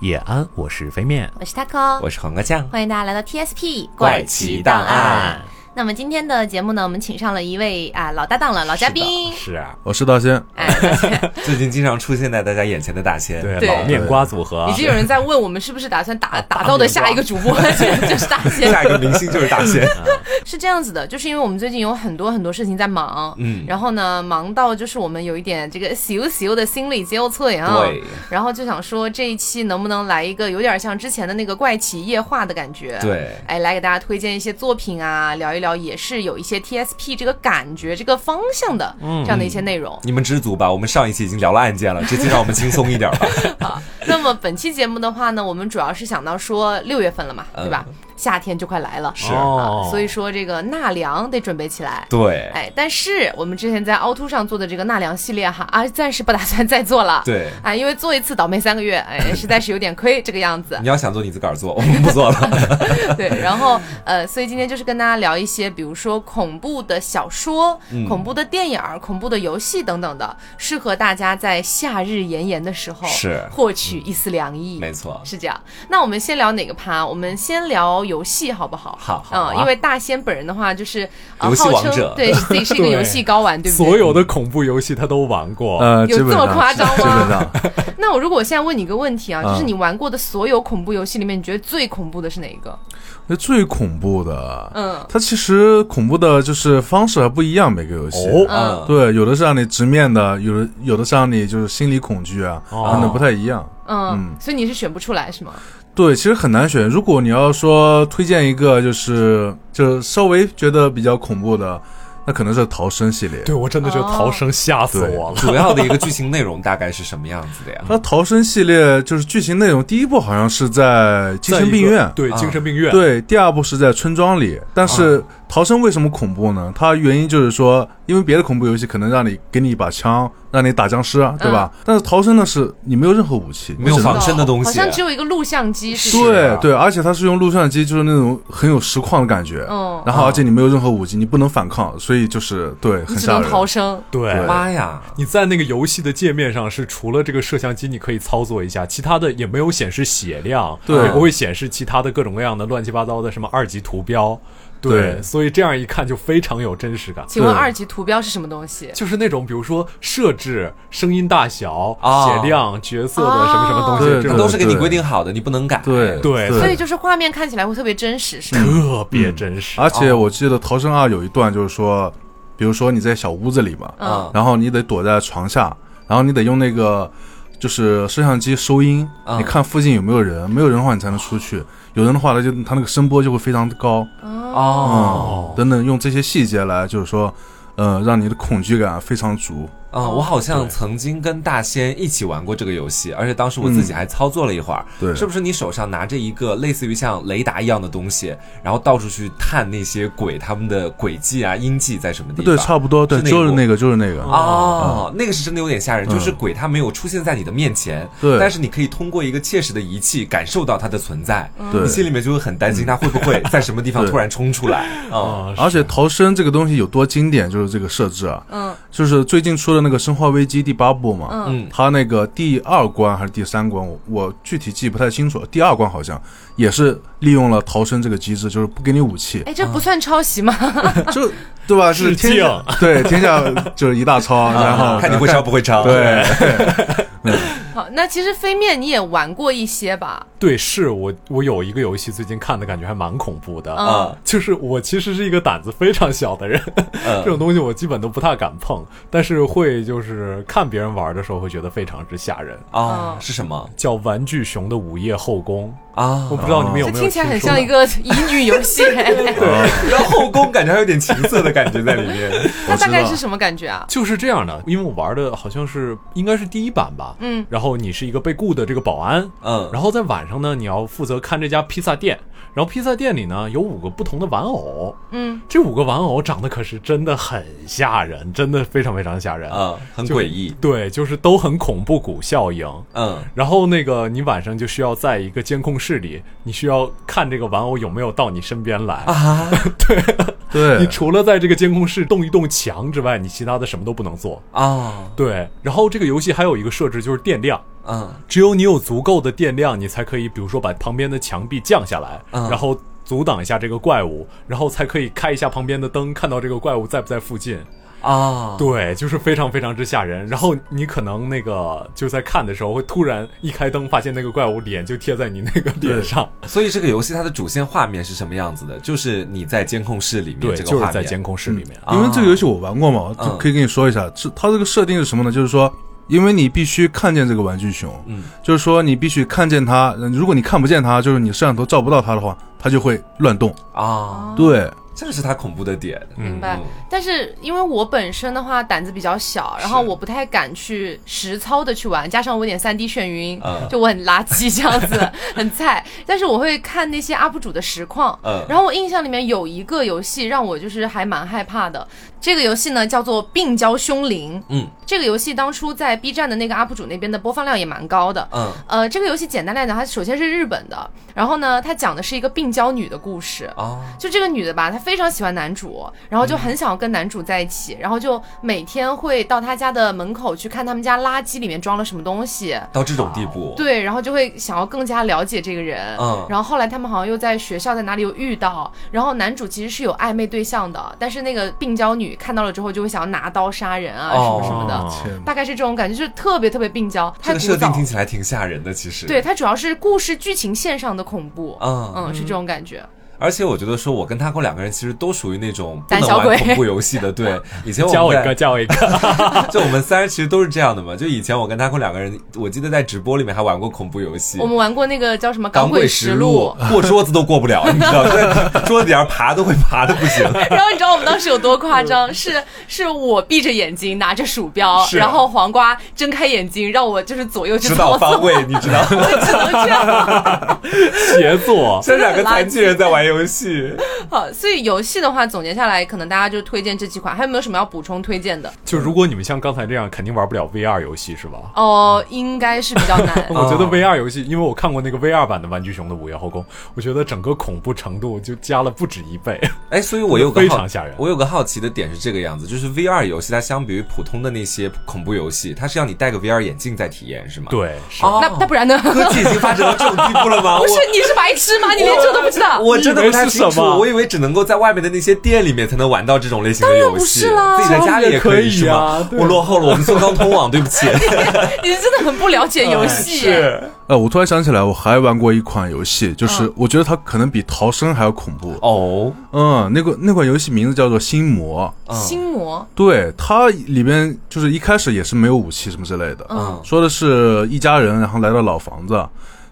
夜安，我是飞面。我是 Taco，我是黄瓜酱，欢迎大家来到 TSP 怪奇档案。那么今天的节目呢，我们请上了一位啊老搭档了，老嘉宾。是啊，我是大哦仙，哎，而且最近经常出现在大家眼前的大仙，对，啊对老面瓜组合已，经有人在问我们是不是打 算啊打打造的下一个主播，就是大仙。下一个明星就是大仙，是这样子的，就是因为我们最近有很多很多事情在忙，嗯然后呢，忙到就是我们有一点这个喜忧喜忧的心力交瘁啊。对然后就想说这一期能不能来一个有点像之前的那个怪奇夜话的感觉。。对，哎，来给大家推荐一些作品啊，聊一聊也是有一些 TSP 这个感觉、这个方向的嗯这样的一些内容。你们知足吧。我们上一期已经聊了案件了，这期让我们轻松一点吧。那么本期节目的话呢，我们主要是想到说六月份了嘛，对吧？夏天就快来了，嗯是哦啊，所以说这个纳凉得准备起来。对，哎，但是我们之前在凹凸上做的这个纳凉系列哈，啊，暂时不打算再做了。对哎，因为做一次倒霉三个月， 哎，实在是有点亏这个样子。你要想做你自个儿做，我们不做了。对，然后呃，所以今天就是跟大家聊一些，比如说恐怖的小说、嗯恐怖的电影、恐怖的游戏等等的，适合大家在夏日炎炎的时候是嗯获取一丝凉意。没错是这样。那我们先聊哪个趴？我们先聊游戏好不好？好好嗯，啊因为大仙本人的话就是呃，游戏号王称者对自己是一个对游戏高 玩，对不对？所有的恐怖游戏他都玩过。哦呃，有基这本么上夸张 基本吗上？那我如果我现在问你一个问题啊，就是嗯你玩过的所有恐怖游戏里面，你觉得最恐怖的是哪一个？那最恐怖的，嗯它其实恐怖的就是方式还不一样，每个游戏。哦，嗯，对，有的是让你直面的，有的有的是让你就是心理恐惧啊，哦可能不太一样。嗯，所以你是选不出来是吗？对，其实很难选。如果你要说推荐一个，就是就稍微觉得比较恐怖的，那可能是逃生系列。对我真的觉得逃生吓死我了。主要的一个剧情内容大概是什么样子的呀？它逃生系列就是剧情内容，第一部好像是在精神病在一院个，对啊精神病 院，对，第二部是在村庄里，但啊是逃生为什么恐怖呢？它原因就是说，因为别的恐怖游戏可能让你给你一把枪，让你打僵尸，嗯对吧？但是逃生呢，是你没有任何武器，没有只能防身的东西好像只有一个录像机是不是。对对，而且它是用录像机，就是那种很有实况的感觉。嗯然后而且你没有任何武器，你不能反抗，所以就是对，你很只吓能人。逃生。对妈呀！你在那个游戏的界面上是除了这个摄像机你可以操作一下，其他的也没有显示血量，对也不会显示其他的各种各样的乱七八糟的什么二级图标，对，对所以这样一看就非常有真实感。请问对二级图标是什么东西？就是那种，比如说设置、声音大小、啊血量、角色的什么什么东对西，这这种都是给你规定好的，你不能改。嗯对对嗯所以就是画面看起来会特别真实，是吗？特别真实。而且我记得《逃生二》有一段就是说，比如说你在小屋子里嘛，嗯然后你得躲在床下，然后你得用那个就是摄像机收音，嗯你看附近有没有人，没有人的话你才能出去，有人的话它就它那个声波就会非常高，哦嗯，等等，用这些细节来就是说，呃，让你的恐惧感非常足。啊、我好像曾经跟大仙一起玩过这个游戏，而且当时我自己还操作了一会儿。嗯对是不是你手上拿着一个类似于像雷达一样的东西，然后到处去探那些鬼他们的轨迹啊、阴迹在什么地方？对，差不多，对，是那就是部那个，啊就是那个。哦，那个是真的有点吓人，就是鬼它没有出现在你的面前，对但是你可以通过一个切实的仪器感受到它的存在，对你心里面就会很担心它会不会在什么地方突然冲出 来。嗯，啊，而且逃生这个东西有多经典，就是这个设置啊，嗯，就是最近出的那个《生化危机》第八部嘛，嗯它那个第二关还是第三关，我我具体记不太清楚了，第二关好像也是利用了逃生这个机制，就是不给你武器，哎，这不算抄袭吗？ 就对吧？是致天下对天下就是一大抄，啊然后看你会 抄不会抄。对，好，那其实飞面你也玩过一些吧？对，是我我有一个游戏最近看的感觉还蛮恐怖的，嗯啊，就是我其实是一个胆子非常小的人， 这种东西我基本都不太敢碰，但是会就是看别人玩的时候会觉得非常之吓人，啊嗯，是什么叫《玩具熊的午夜后宫》，啊我？不知道你们有哦这没有听起来很听说像一过个乙女游戏。 然后后宫感觉还有点情色的感觉在里面。 它大概是什么感觉啊？就是这样的，因为我玩的好像是应该是第一版吧，嗯，然后你是一个被雇的这个保安，嗯然后在晚上呢，你要负责看这家披萨店，然后披萨店里呢有五个不同的玩偶，嗯，这五个玩偶长得可是真的很吓人，真的非常非常吓人啊，很就诡异。对，就是都很恐怖谷效应。嗯，然后那个你晚上就需要在一啊个监控室里，你需要看这个玩偶有没有到你身边来啊。对， 对你除了在这个监控室动一动墙之外，你其他的什么都不能做。啊，对，然后这个游戏还有一个设置就是电量，嗯只有你有足够的电量，你才可以，比如说把旁边的墙壁降下来，嗯然后阻挡一下这个怪物，然后才可以开一下旁边的灯，看到这个怪物在不在附近。啊，对，就是非常非常之吓人。然后你可能那个就在看的时候，会突然一开灯，发现那个怪物脸就贴在你那个脸上。所以这个游戏它的主线画面是什么样子的？就是你在监控室里面对，这就个是画在监面。控室里面。啊嗯因为这个游戏我玩过嘛，我就可以跟你说一下，是它这个设定是什么呢？就是说，因为你必须看见这个玩具熊，嗯，就是说你必须看见它，呃如果你看不见它，就是你摄像头照不到它的话，它就会乱动。啊，对，这个是它恐怖的点。明白嗯，但是因为我本身的话胆子比较小，然后是我不太敢去实操的去玩，加上我有点三 D 眩晕嗯，就我很垃圾这样子，很菜。但是我会看那些 UP 主的实况，嗯然后我印象里面有一个游戏让我就是还蛮害怕的，这个游戏呢叫做《病娇凶灵》，嗯这个游戏当初在 B 站的那个 UP 主那边的播放量也蛮高的，嗯呃，这个游戏简单来讲，它首先是日本的，然后呢，它讲的是一个病娇女的故事。啊就这个女的吧，她非常喜欢男主，然后就嗯很想要跟男主在一起，然后就每天会到他家的门口去看他们家垃圾里面装了什么东西，到这种地步。对，然后就会想要更加了解这个人。嗯然后后来他们好像又在学校在哪里有遇到，然后男主其实是有暧昧对象的，但是那个病娇女看到了之后就会想要拿刀杀人啊、什么什么的，哦天哪大概是这种感觉，就是特别特别病娇，这太个古设定早。听起来挺吓人的，其实。对，，它主要是故事剧情线上的恐怖，嗯嗯，是这种感觉。而且我觉得说，我跟他哥两个人其实都属于那种不胆能小玩鬼恐怖游戏的。对，以前加我我 们一个，在加我一个。 就我们三人其实都是这样的嘛。就以前我跟他哥两个人，我记得在直播里面还玩过恐怖游戏我。们玩过那个叫什么《港鬼实录》， 过桌子都过不了，你知道，在 桌子底下爬都会爬的不行。 然后你知道我们当时有多夸张？是是我闭着眼睛拿着鼠标，是啊然后黄瓜睁开眼睛让我就是左右去指操作导方，位，你知道， 对只能这样。协作，这两个残疾人在玩游戏。好，所以游戏的话总结下来，可能大家就推荐这几款，还有没有什么要补充推荐的？就如果你们像刚才这样，肯定玩不了 VR 游戏是吧？。哦，应该是比较 难我觉得 VR 游戏，因为我看过那个 VR 版的《玩具熊的午夜后宫》，我觉得整个恐怖程度就加了不止一倍。哎，所以我有个非好常吓人我有个好奇的点是这个样子，就是 VR 游戏它相比于普通的那些恐怖游戏，它是要你戴个 VR 眼镜在体验，是吗？。 对， 是。哦那那不然 呢？科技已经发展到这种地步了吗？不是你是白痴吗？你连这都不知道 我，？我真的不太你以清为哎是楚，什么我以为只能够在外面的那些店里面才能玩到这种类型的游戏，当然不是啦自己在家里可当然也可以是吗啊？对我落后了，我们宋康通网，对 不起。你真的很不了解游哎戏。呃，我突然想起来，我还玩过一款游戏，就是我觉得它可能比逃生还要恐怖。嗯哦，嗯，那个那款游戏名字叫做《心魔》，嗯心魔，对，它里边就是一开始也是没有武器什么之类的，嗯说的是一家人，然后来到老房子，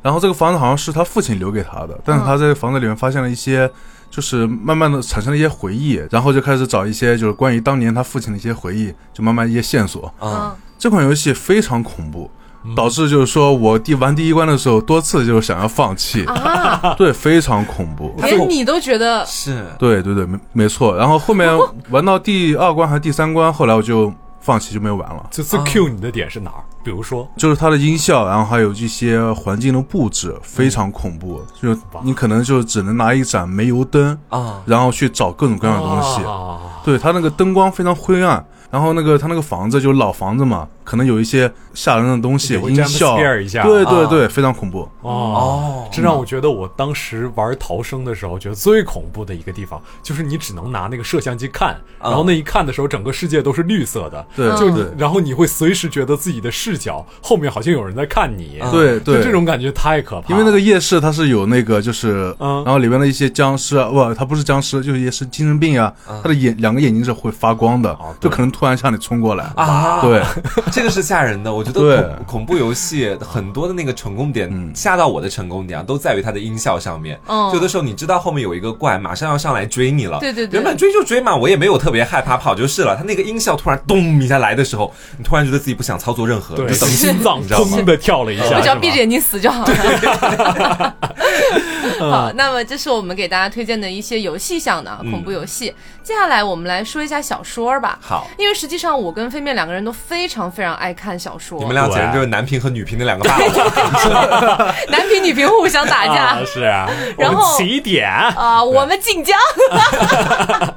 然后这个房子好像是他父亲留给他的，但是他在房子里面发现了一些，就是慢慢的产生了一些回忆，然后就开始找一些就是关于当年他父亲的一些回忆，就慢慢一些线索。嗯，这款游戏非常恐怖。导致就是说我第玩第一关的时候，多次就是想要放弃， 对，非常恐怖。它是连你都觉得是对对对，没没错。然后后面玩到第二关还是第三关，后来我就放弃就没有玩了。就最 Q 你的点是哪儿？比如说，就是它的音效，然后还有这些环境的布置非常恐怖，就你可能就只能拿一盏煤油灯，啊，然后去找各种各样的东西。啊对，它那个灯光非常灰暗，然后那个它那个房子就是老房子嘛，可能有一些吓人的东西，也会音 jump 效， scare 一下对啊对对，非常恐怖。哦哦，这让我觉得我当时玩逃生的时候，觉得最恐怖的一个地方就是你只能拿那个摄像机看，然后那一看的时候，整个世界都是绿色的，对就你对，然后你会随时觉得自己的视角后面好像有人在看你，对就对，这种感觉太可怕因了。为那个夜市它是有那个就是，嗯然后里边的一些僵尸啊，不，它不是僵尸，就是一些精神病啊，它的眼两个眼睛是会发光的嗯哦，就对可能突然向你冲过来啊对， 这个是吓人的，我觉得对恐恐怖游戏很多的那个成功点，嗯吓到我的成功点啊，都在于它的音效上面。嗯就有的时候你知道后面有一个怪马上要上来追你了，对对对原本追就追嘛，我也没有特别害怕，跑就是了。它那个音效突然咚一下来的时候，你突然觉得自己不想操作任何，对，就等心脏你知道吗砰的跳了一啊下，我只是要吧闭着眼睛死就好了。 嗯好，那么这是我们给大家推荐的一些游戏项的啊恐怖游戏。接下来我们来说一下小说吧。好因为实际上我跟飞面两个人都非常非常爱看小说，你们俩简直就是男频和女频的两个霸王。男频女频互相 啊打架啊是啊，然我们后起点啊、我们晋江。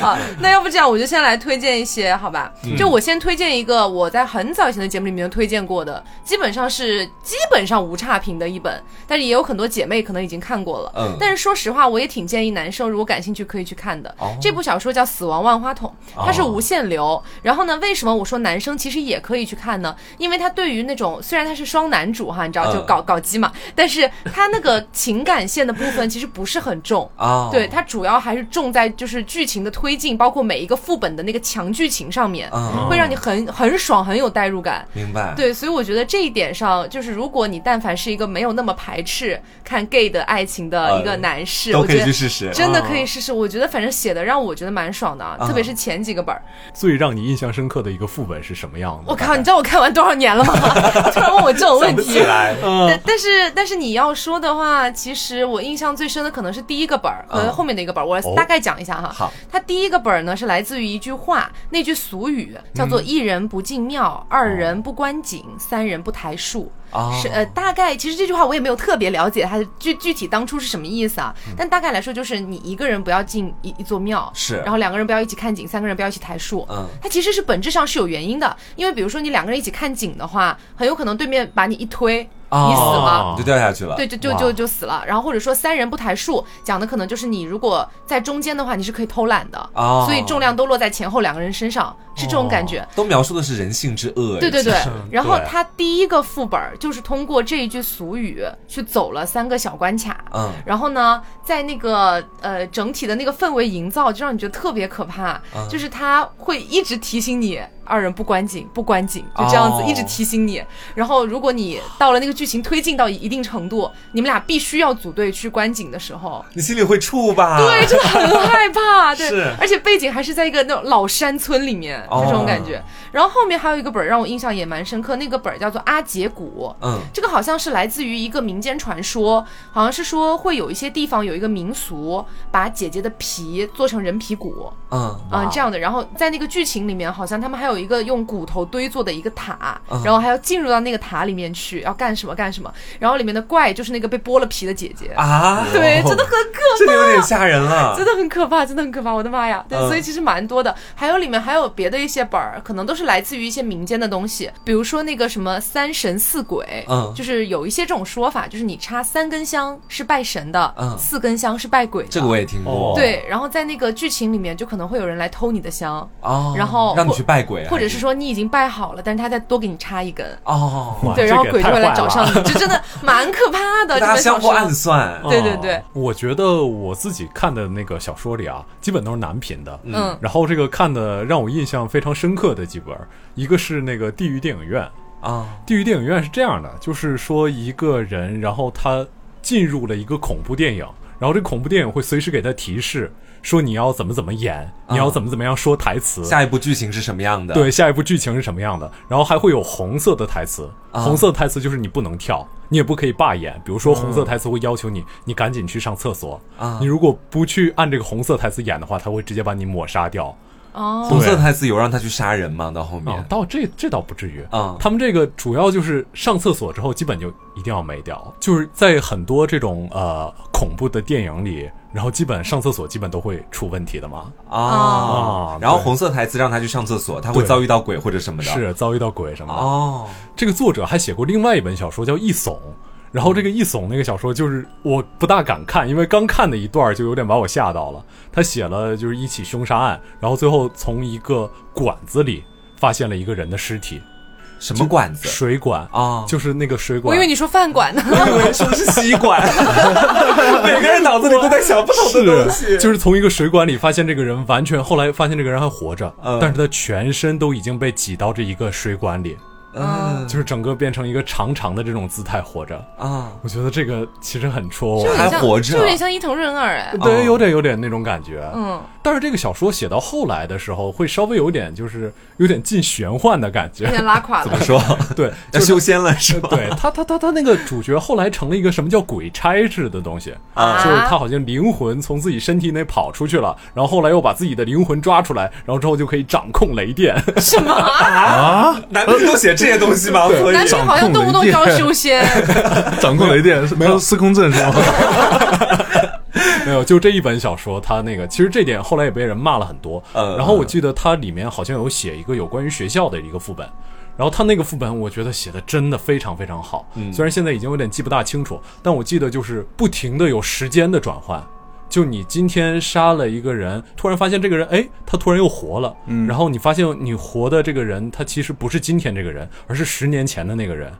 啊，那要不这样，我就先来推荐一些，好吧？嗯就我先推荐一个我在很早以前的节目里面推荐过的，基本上是基本上无差评的一本，但是也有很多姐妹可能已经看过了。嗯但是说实话，我也挺建议男生如果感兴趣可以去看的。哦这部小说叫《死亡万花筒》，它是无限流。然后呢，为什么我说男生其实也可以去看呢？因为他对于那种虽然他是双男主哈，你知道就嗯搞、搞基嘛，但是他那个情感线的部分其实不是很重。啊，对，它主要还是重在就是剧情的推进，包括每一个副本的那个强剧情上面，嗯，会让你很很爽，很有代入感。明白，对，所以我觉得这一点上，就是如果你但凡是一个没有那么排斥看 gay 的爱情的一个呃男士，都我可觉以得去试试。真的可以试试。我觉得反正写的让我觉得蛮爽的，啊、特别是前几个本儿。 最让你印象深刻的一个副本是什么样的？我靠，你知道我看完多少年 了吗？突然问我这种问题。来，但 但是但是你要说的话，其实我印象最深的可能是第一个本儿和嗯后面的一个本儿，我哦大概讲一下哈。好，它第一个本儿呢是来自于一句话，那句俗语叫嗯做“一人不进庙，二人不观景，三人不抬树”。哦是呃，大概其实这句话我也没有特别了解它的具具体当初是什么意思啊，嗯但大概来说就是你一个人不要进一一座庙，是然后两个人不要一起看景，三个人不要一起抬树，嗯它其实是本质上是有原因的，因为比如说你两个人一起看景的话，很有可能对面把你一推，哦你死了。哦你就掉下去了。对，就就就就死了。然后或者说三人不抬树，讲的可能就是你如果在中间的话，你是可以偷懒的，哦所以重量都落在前后两个人身上，是这种感觉。都描述的是人性之恶。对对对其实，然后对他第一个副本儿就是通过这一句俗语去走了三个小关卡，嗯然后呢，在那个呃整体的那个氛围营造，就让你觉得特别可怕，就是他会一直提醒你二人不观景，不观景，就这样子哦一直提醒你。然后如果你到了那个剧情推进到一定程度，你们俩必须要组队去观景的时候。你心里会怵吧？对，真的很害 怕，对是，而且背景还是在一个那种老山村里面，哦就这种感觉。然后后面还有一个本儿让我印象也蛮深刻，那个本儿叫做《阿杰古》，嗯这个好像是来自于一个民间传说，好像是说会有一些地方有一个民俗，把姐姐的皮做成人皮骨，嗯啊、这样的。然后在那个剧情里面，好像他们还有一个用骨头堆做的一个塔，嗯然后还要进入到那个塔里面去，要干什么干什么。然后里面的怪就是那个被剥了皮的姐姐，啊，对，真的很可这个有点吓人了。真的很可怕，真 的很可怕，我的妈呀！对，啊嗯所以其实蛮多的，还有里面还有别的一些本儿，可能都是来自于一些民间的东西，比如说那个什么三神四鬼，嗯就是有一些这种说法，就是你插三根香是拜神的，嗯四根香是拜鬼的，这个我也听过。哦对，然后在那个剧情里面就可能会有人来偷你的香，哦，然后让你或去拜鬼，或者是说你已经拜好了，但是他再多给你插一根。哦，哇对，这然后个也鬼就太会来坏找了啊上你，这真的蛮可怕的。这 大家本小相互说暗算。对对对哦我觉得我自己看的那个小说里啊，基本都是男频的。嗯然后这个看的让我印象非常深刻的几本儿，一个是那个《地狱电影院》。啊，地狱电影院是这样的，就是说一个人，然后他进入了一个恐怖电影，然后这个恐怖电影会随时给他提示，说你要怎么怎么演，嗯你要怎么怎么样说台词，下一部剧情是什么样的？对，下一部剧情是什么样的，然后还会有红色的台词，啊红色的台词就是你不能跳，你也不可以罢演。比如说红色台词会要求你，你赶紧去上厕所，啊你如果不去按这个红色台词演的话，他会直接把你抹杀掉。哦，红色台词有让他去杀人吗？到后啊面，到这这倒不至于啊他们这个主要就是上厕所之后，基本就一定要没掉，就是在很多这种呃恐怖的电影里，然后基本上厕所基本都会出问题的嘛，哦啊啊然后对红色台词让他去上厕所，他会对遭遇到鬼或者什么的。是遭遇到鬼什么的。啊哦，这个作者还写过另外一本小说叫《一耸》，然后这个《一耸》那个小说就是我不大敢看，因为刚看的一段就有点把我吓到了。他写了就是一起凶杀案，然后最后从一个管子里发现了一个人的尸体，什么管子水管啊就是那个水我管以为。你说饭馆呢。我以为说的是吸 管，每个人脑子里都在想不同的东西。是，啊就是从一个水管里发现这个人，完全后来发现这个人还活着，嗯但是他全身都已经被挤到这一个水管里，嗯就是整个变成一个长长的这种姿态活着。嗯啊，我觉得这个其实很戳我就有，点还像，活着就有点像伊藤润二哎，对，哦有点有点那种感觉。嗯，但是这个小说写到后来的时候，会稍微有点就是有点近玄幻的感有哎觉。点拉垮怎了么。 说 对，要就是修仙了是吧？ 对他他他他那个主角后来成了一个什么叫鬼差似的东西，啊就是他好像灵魂从自己身体内跑出去了，然后后来又把自己的灵魂抓出来，然后之后就可以掌控雷电。 什么啊？啊，男的都写这些东西吗？所以男生好像动不动就 要修仙， 掌控雷电，没有司空震是吗？ 没有，就这一本小说，它那个其实这点后来也被人骂了很多。嗯然后我记得它里面好像有写一个有关于学校的一个副本。然后它那个副本，我觉得写的真的非常非常好，虽然现在已经有点记不大清楚，但我记得就是不停的有时间的转换，就你今天杀了一个人，突然发现这个人，哎，他突然又活了，然后你发现你活的这个人，他其实不是今天这个人，而是十年前的那个人，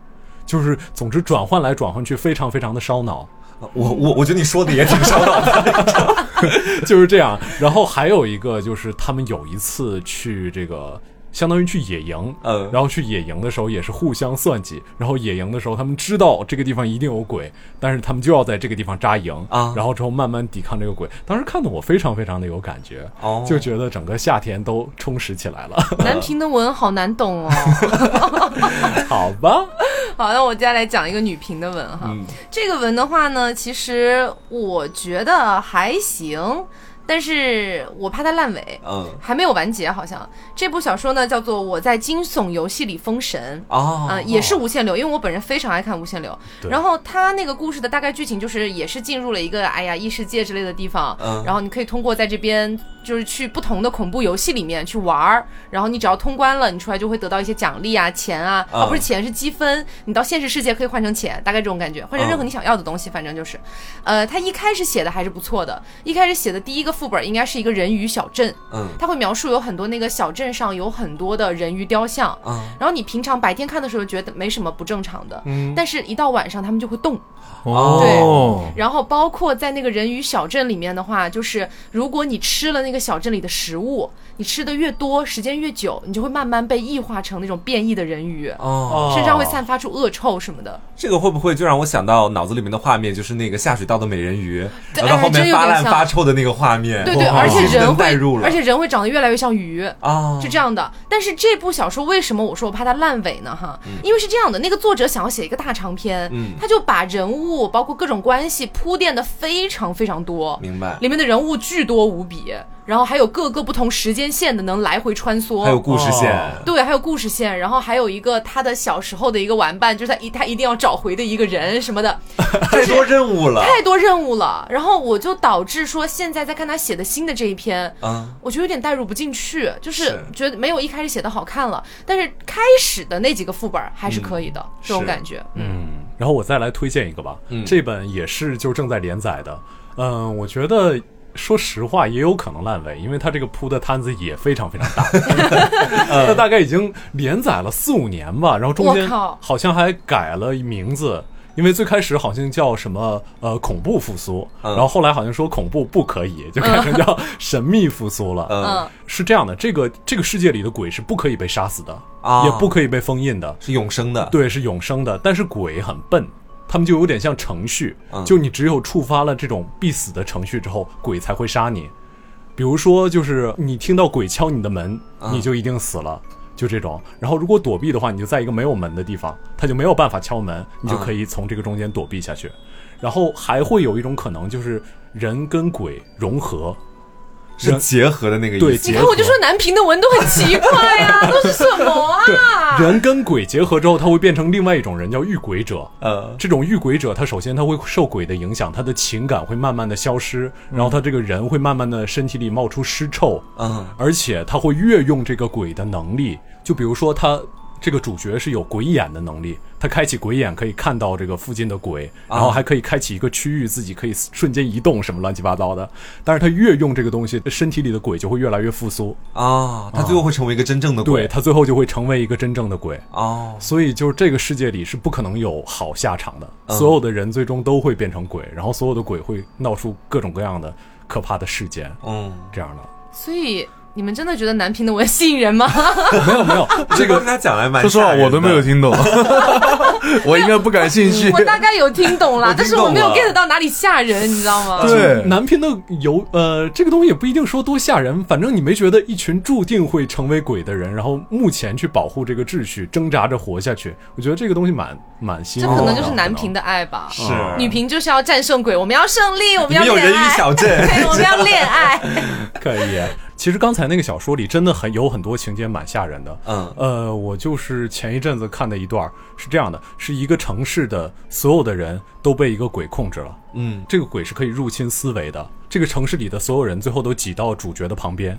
就是总之转换来转换去，非常非常的烧脑。我我我觉得你说的也挺烧脑的。 就是这样。然后还有一个就是他们有一次去这个。相当于去野营，嗯然后去野营的时候也是互相算计，然后野营的时候他们知道这个地方一定有鬼，但是他们就要在这个地方扎营啊然后之后慢慢抵抗这个鬼。当时看得我非常非常的有感觉，哦就觉得整个夏天都充实起来 了，啊南平的文好难懂哦。好吧？好，那我接下来讲一个女评的文哈。嗯这个文的话呢，其实我觉得还行，但是我怕它烂尾， 嗯还没有完结。好像这部小说呢叫做《我在惊悚游戏里封神》。啊嗯、也是无限流，因为我本人非常爱看无限流。对然后他那个故事的大概剧情就是，也是进入了一个哎呀异世界之类的地方，嗯然后你可以通过在这边就是去不同的恐怖游戏里面去玩儿，然后你只要通关了，你出来就会得到一些奖励啊、钱啊，嗯啊不是钱是积分，你到现实世界可以换成钱，大概这种感觉，换成嗯任何你想要的东西，反正就是，呃，他一开始写的还是不错的，一开始写的第一个副本应该是一个人鱼小镇，嗯他会描述有很多那个小镇上有很多的人鱼雕像，啊然后你平常白天看的时候觉得没什么不正常的，嗯但是一到晚上他们就会动。哦，然后包括在那个人鱼小镇里面的话，就是如果你吃了那个小镇里的食物，你吃的越多，时间越久，你就会慢慢被异化成那种变异的人鱼，哦，身上会散发出恶臭什么的。这个会不会就让我想到脑子里面的画面，就是那个下水道的美人鱼，对然后到哎后面真有发点烂像发臭的那个画面？对对，哇而且人能代会入了，而且人会长得越来越像鱼。啊，是这样的，但是这部小说为什么我说我怕它烂尾呢？哈，因为是这样的，那个作者想要写一个大长篇，嗯他就把人物包括各种关系铺垫的非常非常多，明白？里面的人物巨多无比，然后还有各个不同时间线的能来回穿梭，还有故事线，哦对，还有故事线，然后还有一个他的小时候的一个玩伴，就是他一他一定要找回的一个人什么的， 太多任务了太多任务了。然后我就导致说，现在在看他写的新的这一篇，啊！我觉得有点代入不进去，就是是觉得没有一开始写的好看了，但是开始的那几个副本还是可以的，这种是感觉。嗯，嗯，然后我再来推荐一个吧，嗯这本也是就正在连载的，嗯，我觉得说实话也有可能烂尾，因为它这个铺的摊子也非常非常 大，它大概已经连载了四五年吧，然后中间我靠好像还改了名字。因为最开始好像叫什么呃恐怖复苏，嗯然后后来好像说恐怖不可以，就改成 叫神秘复苏了。嗯嗯，是这样的，这个这个世界里的鬼是不可以被杀死的，啊也不可以被封印的，是永生的，对，是永生的，但是鬼很笨。他们就有点像程序，嗯就你只有触发了这种必死的程序之后，鬼才会杀你。比如说，就是你听到鬼敲你的门，嗯你就一定死了，就这种。然后如果躲避的话，你就在一个没有门的地方，他就没有办法敲门，你就嗯可以从这个中间躲避下去。然后还会有一种可能，就是人跟鬼融合，是结合的那个意思。对你结看合我就说南平的文都很奇怪呀、都是什么 啊？ 人跟鬼结合之后，他会变成另外一种人，叫遇鬼者。呃，这种遇鬼者，他首先他会受鬼的影响，他的情感会慢慢的消失，然后他这个人会慢慢的身体里冒出尸臭，嗯而且他会越用这个鬼的能力，就比如说他。这个主角是有鬼眼的能力，他开启鬼眼可以看到这个附近的鬼，啊然后还可以开启一个区域，自己可以瞬间移动什么乱七八糟的。但是他越用这个东西，身体里的鬼就会越来越复苏，啊，他最后会成为一个真正的对鬼。他最后就会成为一个真正的鬼。哦，所以就是这个世界里是不可能有好下场的，所有的人最终都会变成鬼，然后所有的鬼会闹出各种各样的可怕的事件，嗯，这样的。所以你们真的觉得南平的文吸引人吗？ 没有没有，这个跟他讲来蛮说实话吓人的我都没有。听懂，我应该不感兴趣我。大概有听懂我啦听懂了，但是我没有 get 到哪里吓人，你知道吗？对，南平的游呃，这个东西也不一定说多吓人，反正你没觉得一群注定会成为鬼的人，然后目前去保护这个秩序，挣扎着活下去，我觉得这个东西蛮蛮新这颖的。可能就是南平的爱吧。是女评就是要战胜鬼，我们要胜利，我哦你们要们有恋 人鱼爱，小镇， 对，我们要恋爱。可以。其实刚才那个小说里真的很有很多情节蛮吓人的。嗯呃，我就是前一阵子看的一段儿是这样的：是一个城市的所有的人都被一个鬼控制了，嗯这个鬼是可以入侵思维的。这个城市里的所有人最后都挤到主角的旁边，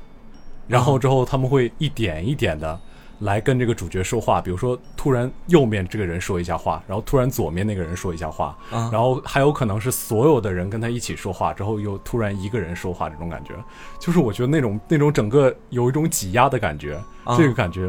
然后之后他们会一点一点的来跟这个主角说话，比如说突然右面这个人说一下话，然后突然左面那个人说一下话，啊然后还有可能是所有的人跟他一起说话之后，又突然一个人说话，这种感觉，就是我觉得那种那种整个有一种挤压的感觉，啊这个感觉，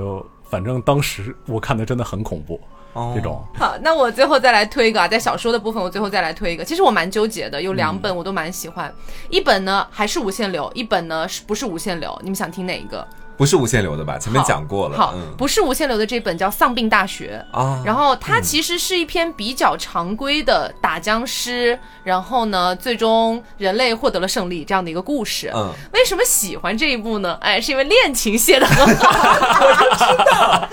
反正当时我看的真的很恐怖，哦这种 好，那我最后再来推一个啊，在小说的部分，我最后再来推一个。其实我蛮纠结的，有两嗯本我都蛮喜欢，一本呢还是无限流，一本呢是不是无限流？你们想听哪一个？不是无限流的吧？前面好讲过了，好，嗯不是无限流的这本叫《丧病大学》。啊，然后它其实是一篇比较常规的打僵尸，然后呢，最终人类获得了胜利这样的一个故事。嗯，为什么喜欢这一部呢？哎，是因为恋情写 的很好，我就知道，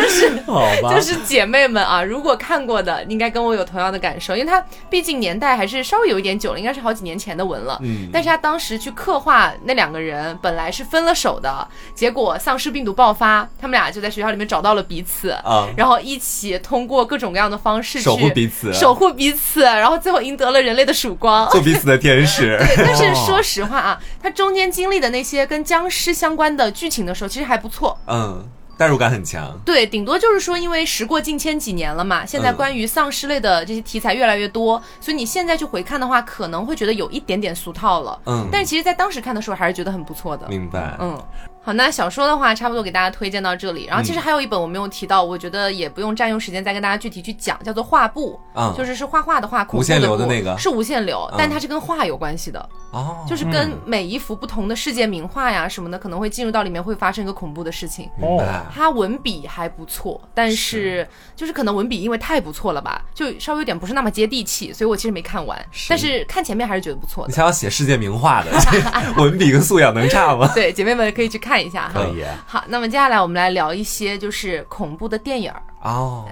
就是好吧，就是姐妹们啊，如果看过的，应该跟我有同样的感受，因为它毕竟年代还是稍微有一点久了，应该是好几年前的文了。嗯但是他当时去刻画那两个人本来是分了手的，结果丧尸病毒爆发，他们俩就在学校里面找到了彼此，啊，然后一起通过各种各样的方式去守护彼此守护彼此，然后最后赢得了人类的曙 光。做彼此的天 使，但是说实话啊，他中间经历的那些跟僵尸相关的剧情的时候，其实还不错。嗯，代入感很强，对，顶多就是说，因为时过境迁几年了嘛，现在嗯关于丧尸类的这些题材越来越多，所以你现在去回看的话，可能会觉得有一点点俗套了。嗯但是其实，在当时看的时候，还是觉得很不错的。明白，嗯，好，那小说的话，差不多给大家推荐到这里。然后，其嗯实还有一本我没有提到，我觉得也不用占用时间再跟大家具体去讲，叫做《画布》，嗯就是是画画的画，恐怖无限流的怖那个是无限流，嗯但它是跟画有关系的，哦，就是跟每一幅不同的世界名画呀什么的，可能会进入到里面会发生一个恐怖的事情。明嗯白，他文笔还不错，但是就是可能文笔因为太不错了吧，就稍微有点不是那么接地气，所以我其实没看完，是但是看前面还是觉得不错你的。 想要写世界名画的， 这文笔跟素养能差吗？对，姐妹们可以去看一下哈可。以。好，那么接下来我们来聊一些就是恐怖的电影儿。哦，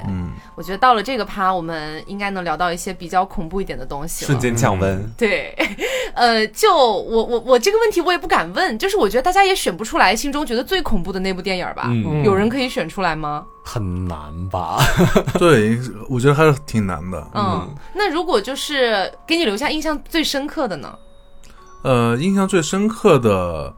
我觉得到了这个趴，我们应该能聊到一些比较恐怖一点的东西瞬了。间降温，对， 呃，就我我我这个问题我也不敢问，就是我觉得大家也选不出来心中觉得最恐怖的那部电影儿吧。嗯有人可以选出来吗？很难吧？对，我觉得还是挺难的。嗯，那如果就是给你留下印象最深刻的呢？ 呃，印象最深刻的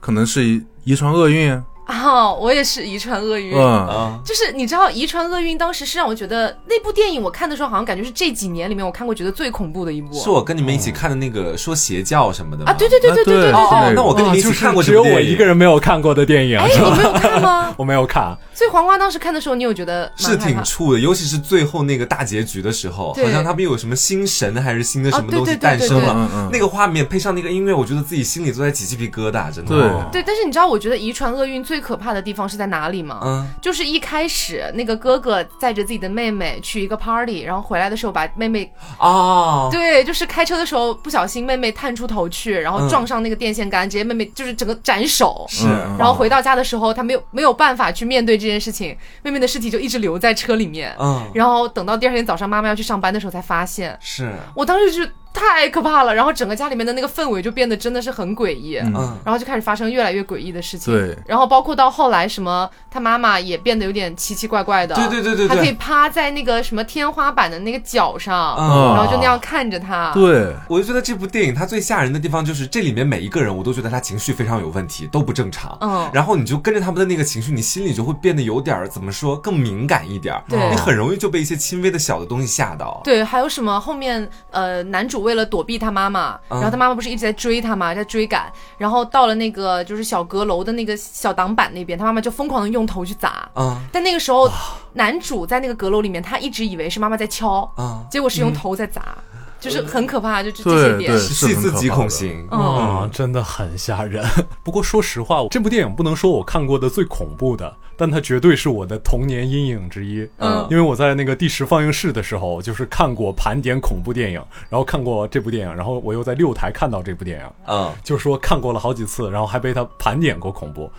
可能是遗遗传厄运，哦，我也是遗传厄运。嗯，啊，就是你知道，《遗传厄运》当时是让我觉得那部电影，我看的时候好像感觉是这几年里面我看过觉得最恐怖的一部是我跟你们一起看的那个说邪教什么的吗啊！对对对对哦对对啊对对哦那我跟你们一就起是看过这只有部电影我一个人没有看过的电影，哎，是你吧没有看吗？ 我没有看，所以黄瓜当时看的时候，你有觉得蛮是害挺怕怵的，尤其是最后那个大结局的时候，对好像他们有什么新神还是新的什么啊对东西对对诞生对对对嗯了嗯，那个画面配上那个音乐，我觉得自己心里都在起鸡皮疙瘩，真的。对哦对，但是你知道，我觉得《遗传厄运》最可怕的地方是在哪里吗？嗯就是一开始那个哥哥载着自己的妹妹去一个 party，然后回来的时候把妹妹哦，对，就是开车的时候不小心妹妹探出头去，然后嗯撞上那个电线杆，直接妹妹就是整个斩首。是，嗯然后回到家的时候，她没有没有办法去面对这件事情，妹妹的尸体就一直留在车里面。嗯然后等到第二天早上妈妈要去上班的时候才发现，是，我当时就太可怕了。然后整个家里面的那个氛围就变得真的是很诡异。嗯然后就开始发生越来越诡异的事情，对然后包括到后来，什么她妈妈也变得有点奇奇怪怪的，对对对对对还可以趴在那个什么天花板的那个角上，嗯然后就那样看着她。对，我就觉得这部电影它最吓人的地方就是这里面每一个人，我都觉得他情绪非常有问题，都不正常。嗯然后你就跟着他们的那个情绪，你心里就会变得有点儿怎么说，更敏感一点儿。对你很容易就被一些轻微的小的东西吓到。对，还有什么后面呃，男主为了躲避他妈妈，嗯然后他妈妈不是一直在追他嘛，在追赶，然后到了那个就是小阁楼的那个小挡板那边，他妈妈就疯狂的用头去砸。嗯但那个时候，男主在那个阁楼里面，他一直以为是妈妈在敲，嗯，结果是用头在砸，就是很可怕，就这这些对点对，。是细很思可极怕恐的型。啊、真的很吓人。不过说实话，这部电影不能说我看过的最恐怖的，但它绝对是我的童年阴影之一。嗯因为我在那个第十放映室的时候，就是看过盘点恐怖电影，然后看过这部电影，然后我又在六台看到这部电影，嗯就说看过了好几次，然后还被他盘点过恐怖。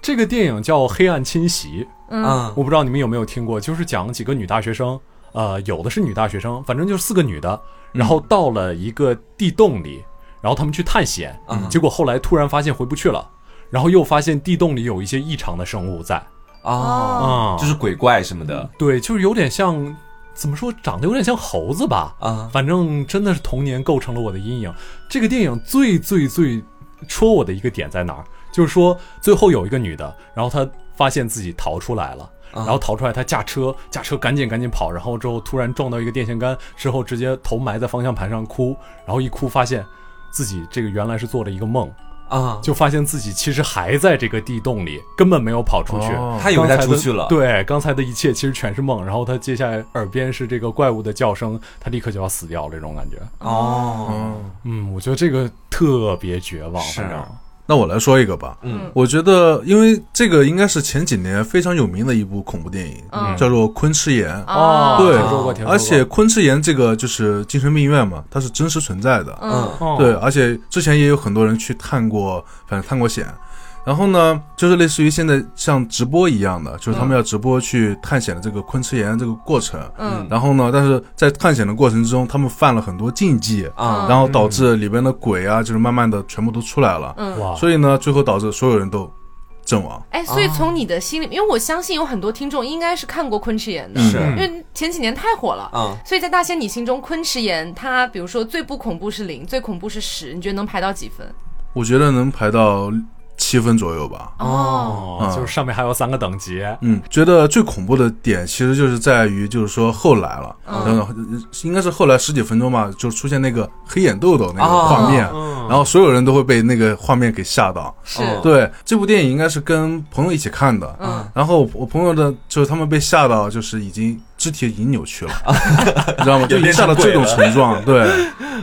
这个电影叫《黑暗侵袭》，嗯我不知道你们有没有听过，就是讲几个女大学生，呃，有的是女大学生，反正就是四个女的，然后到了一个地洞里，然后她们去探险，结果后来突然发现回不去了。然后又发现地洞里有一些异常的生物在啊，啊，就是鬼怪什么的对，就是有点像，怎么说，长得有点像猴子吧？啊，反正真的是童年构成了我的阴影。这个电影最最最戳我的一个点在哪儿？就是说，最后有一个女的，然后她发现自己逃出来了，啊然后逃出来，她驾车，驾车赶紧赶紧跑，然后之后突然撞到一个电线杆，之后直接头埋在方向盘上哭，然后一哭发现自己这个原来是做了一个梦，哦啊，就发现自己其实还在这个地洞里，根本没有跑出去。哦他以为他刚才出的去了，，对，刚才的一切其实全是梦，然后他接下来耳边是这个怪物的叫声，他立刻就要死掉，这种感觉。哦，嗯，啊我觉得这个特别绝望，是啊反正那我来说一个吧，嗯，我觉得因为这个应该是前几年非常有名的一部恐怖电影，嗯叫做《昆池岩》。哦对听说过，听说过。而且，昆池岩这个就是精神病院嘛，它是真实存在的。嗯哦对，，而且之前也有很多人去探过，反正探过险。然后呢，就是类似于现在像直播一样的，就是他们要直播去探险的这个昆池岩这个过程。嗯然后呢，但是在探险的过程之中，他们犯了很多禁忌，啊嗯然后导致里边的鬼啊，就是慢慢的全部都出来了。啊嗯。哇，所以呢，最后导致所有人都阵亡。哎，所以从你的心里，因为我相信有很多听众应该是看过昆池岩的，嗯是因为前几年太火了。啊，所以在大仙你心中，昆池岩它比如说最不恐怖是零，最恐怖是十，你觉得能排到几分？我觉得能排到七分左右吧。哦，嗯哦，就是上面还有三个等级，嗯，觉得最恐怖的点其实就是在于，就是说后来了，嗯等等，应该是后来十几分钟吧，就出现那个黑眼豆豆那个哦画面，嗯然后所有人都会被那个画面给吓到。是，哦对，这部电影应该是跟朋友一起看的，嗯，然后我朋友的就是他们被吓到，就是已经肢体已经扭 曲了，你知道吗？就已经吓到这种形状，对，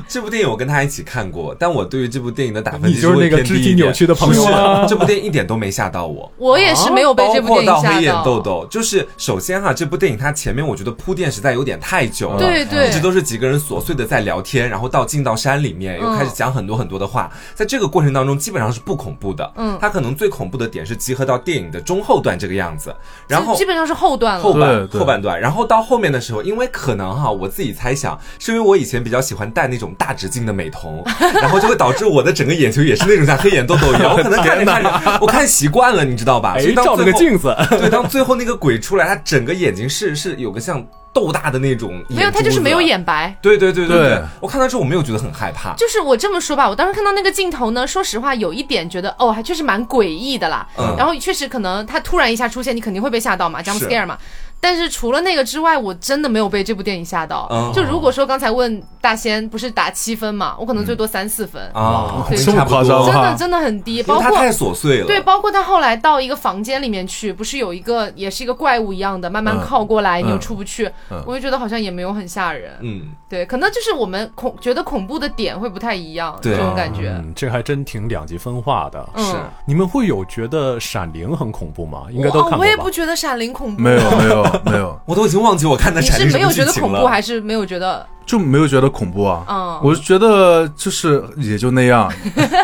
这部电影我跟他一起看过，但我对于这部电影的打分你其实就是会那个偏低肢体一点扭曲的朋友不是啊这部电影一点都没吓到我。我也是没有被这部包括电影到吓黑眼到。豆豆，就是首先哈，这部电影它前面我觉得铺垫实在有点太久了，对对一直都是几个人琐碎的在聊天，然后到进到山里嗯面又开始讲很多很多的话，在这个过程当中基本上是不恐怖的，嗯它可能最恐怖的点是集合到电影的中后段这个样子，然后基基本上是后段后了。半对对后半段，然后到后面的时候，因为可能哈，我自己猜想，是因为我以前比较喜欢戴那种大直径的 美瞳，然后就会导致我的整个眼球也是那种像黑眼豆豆一样，我可能看着看着，我看习惯了，你知道吧？哎所以，到照了个最后，镜子， 对，当最后那个鬼出来，他整个眼睛是是有个像豆大的那种，没有，他就是没有。眼白。啊对对对对对，我看到之后我没有觉得很害怕，就是我这么说吧，我当时看到那个镜头呢，说实话有一点觉得哦，还确实蛮诡异的啦。嗯然后确实可能他突然一下出现，你肯定会被吓到嘛，jump 是 scare 嘛。但是除了那个之外，我真的没有被这部电影吓到。嗯就如果说刚才问大仙不是打七分嘛，我可能最多三四分，啊，对哦这么夸张真啊的真的很低。因包为它括太琐碎了。对，包括他后来到一个房间里面去，不是有一个也是一个怪物一样的慢慢嗯靠过来，你又嗯出不去，嗯我就觉得好像也没有很吓人。嗯，对，可能就是我们恐觉得恐怖的点会不太一样，对这种感觉。 嗯，这还真挺两极分化的。嗯是你们会有觉得《闪灵》很恐怖吗？应我该都看哦过吧？我也不觉得《闪灵》恐怖，没有没有没有，我都已经忘记我看的 你闪是灵什没有么觉剧得情恐怖，了还是没有觉得就没有觉得恐怖啊。嗯？我是觉得就是也就那 样，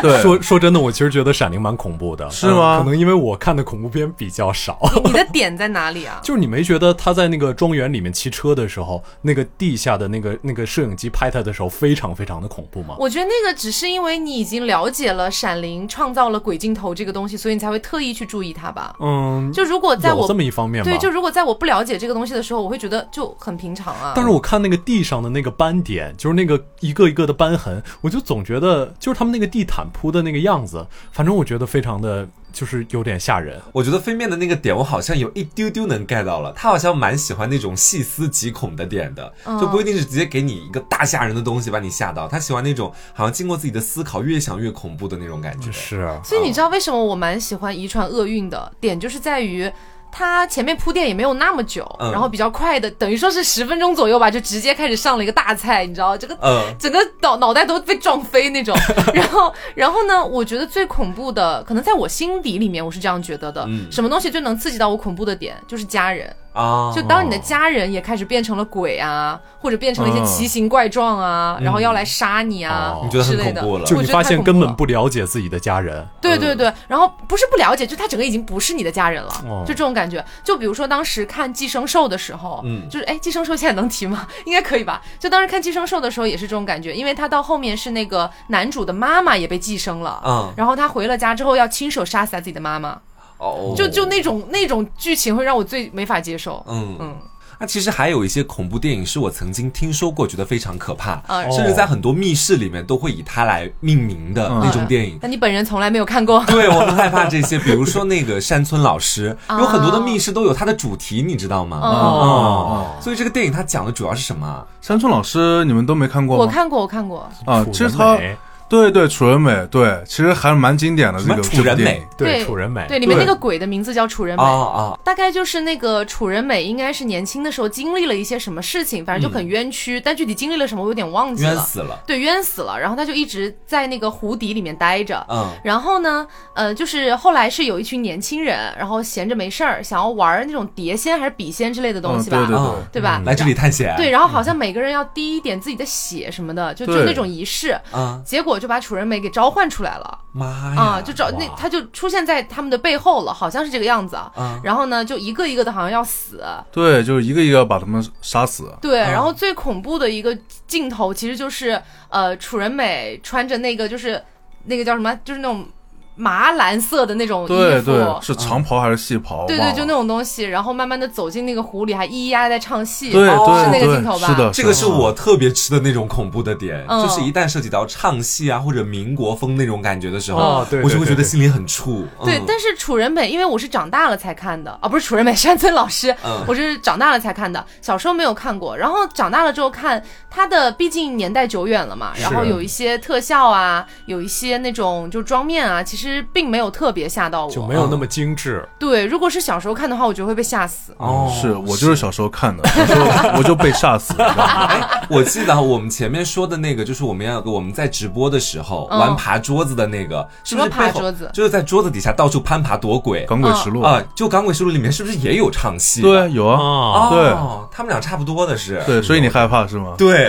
对，说说真的，我其实觉得《闪灵》蛮恐怖的，是吗嗯可能因为我看的恐怖片比较少，你你的点在哪 里啊？就是你没觉得他在那个庄园里面骑车的时候，那个地下的那个那个摄影机拍他的时候，非常非常的恐怖吗？我觉得那个只是因为你已经了解了《闪灵》创造了鬼镜头这个东西，所以你才会特意去注意它吧。嗯，就如果在有我这么一方面吧。对，就如果在我不了解这个东西的时候，我会觉得就很平常啊。但是我看那个地上的那个斑点，就是那个一个一个的斑痕，我就总觉得就是他们那个地毯铺的那个样子，反正我觉得非常的就是有点吓人。我觉得飞面的那个点，我好像有一丢丢能 get 到了。他好像蛮喜欢那种细思极恐的点的，嗯就不一定是直接给你一个大吓人的东西把你吓到。他喜欢那种好像经过自己的思考，越想越恐怖的那种感觉。是，啊所以你知道为什么我蛮喜欢《遗传厄运》的点，就是在于。它前面铺垫也没有那么久，嗯然后比较快的，等于说是十分钟左右吧，就直接开始上了一个大菜，你知道这个嗯整个脑脑袋都被撞飞 那种。然后，然后呢，我觉得最恐怖嗯的，可能在我心底里面我是这样觉得的，什么东西最能刺激到我恐怖的点就是家人。啊，就当你的家人也开始变成了鬼啊，或者变成了嗯一些奇形怪状啊，然后要来杀你啊哦你觉得之很类恐的怖，了就我你觉得发太现恐怖根本了不了解自己的家人，对对对，然后不是不了解，就他整个已经不是你的家人了，哦就这种感觉。就比如说当时看《寄生兽》的时候，嗯就是哎，《寄生兽》现在能提吗？ 应该可以吧？就当时看《寄生兽》的时候也是这种感觉，因为他到后面是那个男主的妈妈也被寄生了，嗯然后他回了家之后要亲手杀死他自己的妈妈，哦，就就那种那种剧情会让我最没法接受。嗯嗯那其实还有一些恐怖电影是我曾经听说过，觉得非常可怕，啊甚至在很多密室里面都会以它来命名嗯的那种电影。那你本人从来没有看过？对我很害怕这些，比如说那个山村老师，啊有很多的密室都有它的主题，你知道吗？哦嗯所以这个电影它讲的主要是什么啊？山村老师，你们都没看过吗？我看过，我看过。啊，楚其实人他美对对楚人美，对，其实还蛮经典的什这么个楚人这部电美影？哎对楚人美，对，里面那个对鬼的名字叫楚人美啊。啊大概就是那个楚人美，应该是年轻的时候经历了一些什么事情，反正就很冤屈，但具体经历了什么我有点忘记冤了。死了！对，冤死了，然后他就一直在那个湖底里面待着。嗯然后呢，呃，就是后来是有一群年轻人，然后闲着没事儿，想要玩那种碟仙还是笔仙之类的东嗯，西吧，对对嗯对，对吧？来这里探险。对，然后好像每个人要滴一点自己的血什么的，就就对那种仪式，啊，结果就把楚人美给召唤出来了。哎妈呀！啊、就找那哇他就出现在他们的背后了，好像是这个样子啊。嗯然后呢，就一个一个的，好像要死。对，就是一个一个把他们杀死。对，然后最恐怖的一个镜头其实就是呃，楚人美穿着那个就是那个叫什么，就是那种麻蓝色的那种衣服。对对，是长袍还是细袍？对忘对了就那种东西，然后慢慢的走进那个湖里，还咿咿呀呀在唱戏，对是那对个镜头对，吧？是的，这个的是我特别吃的那种恐怖的点，嗯就是一旦涉及到唱戏啊或者民国风那种感觉的时候，哦对对我就会对觉得对心里很怵。对，嗯但是楚人美，因为我是长大了才看的啊，不是楚人美，山村老师， 嗯我是长大了才看的，小时候没有看过。然后长大了之后看它的，毕竟年代久远了嘛，然后有一些特效啊，有一些那种就妆面啊，其实并没有特别吓到就我。没有那啊么精致。对，如果是小时候看的话，我觉得会被吓死。哦嗯是我就是小时候看的，我就我就被吓死 了。哎啊我记得我们前面说的那个，就是我们要我们在直播的时候嗯玩爬桌子的那个，是不是什么爬背后桌子就是在桌子底下到处攀爬躲鬼港鬼实录啊！就《港鬼实录》里面是不是也有唱戏？对，有啊，对哦，他们俩差不多的是。对，所以你害怕是 吗？对，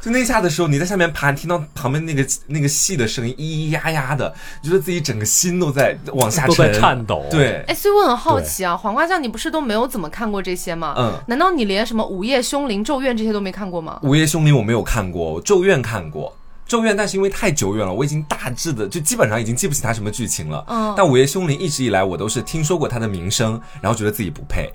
就那一下的时候，你在下面爬，你听到旁边那个那个戏的声音，咿咿呀呀的，你觉得自己整个心都在往下 都在沉，颤抖对，哎，所以我很好奇啊，黄瓜酱，你不是都没有怎么看过这些吗？嗯难道你连什么《午夜凶铃》《咒怨》这些都没看过吗？午夜凶铃我没有看过，咒怨看过。咒怨，但是因为太久远了，我已经大致的就基本上已经记不起它什么剧情了。嗯但《午夜凶铃》一直以来我都是听说过它的名声，然后觉得自己不配，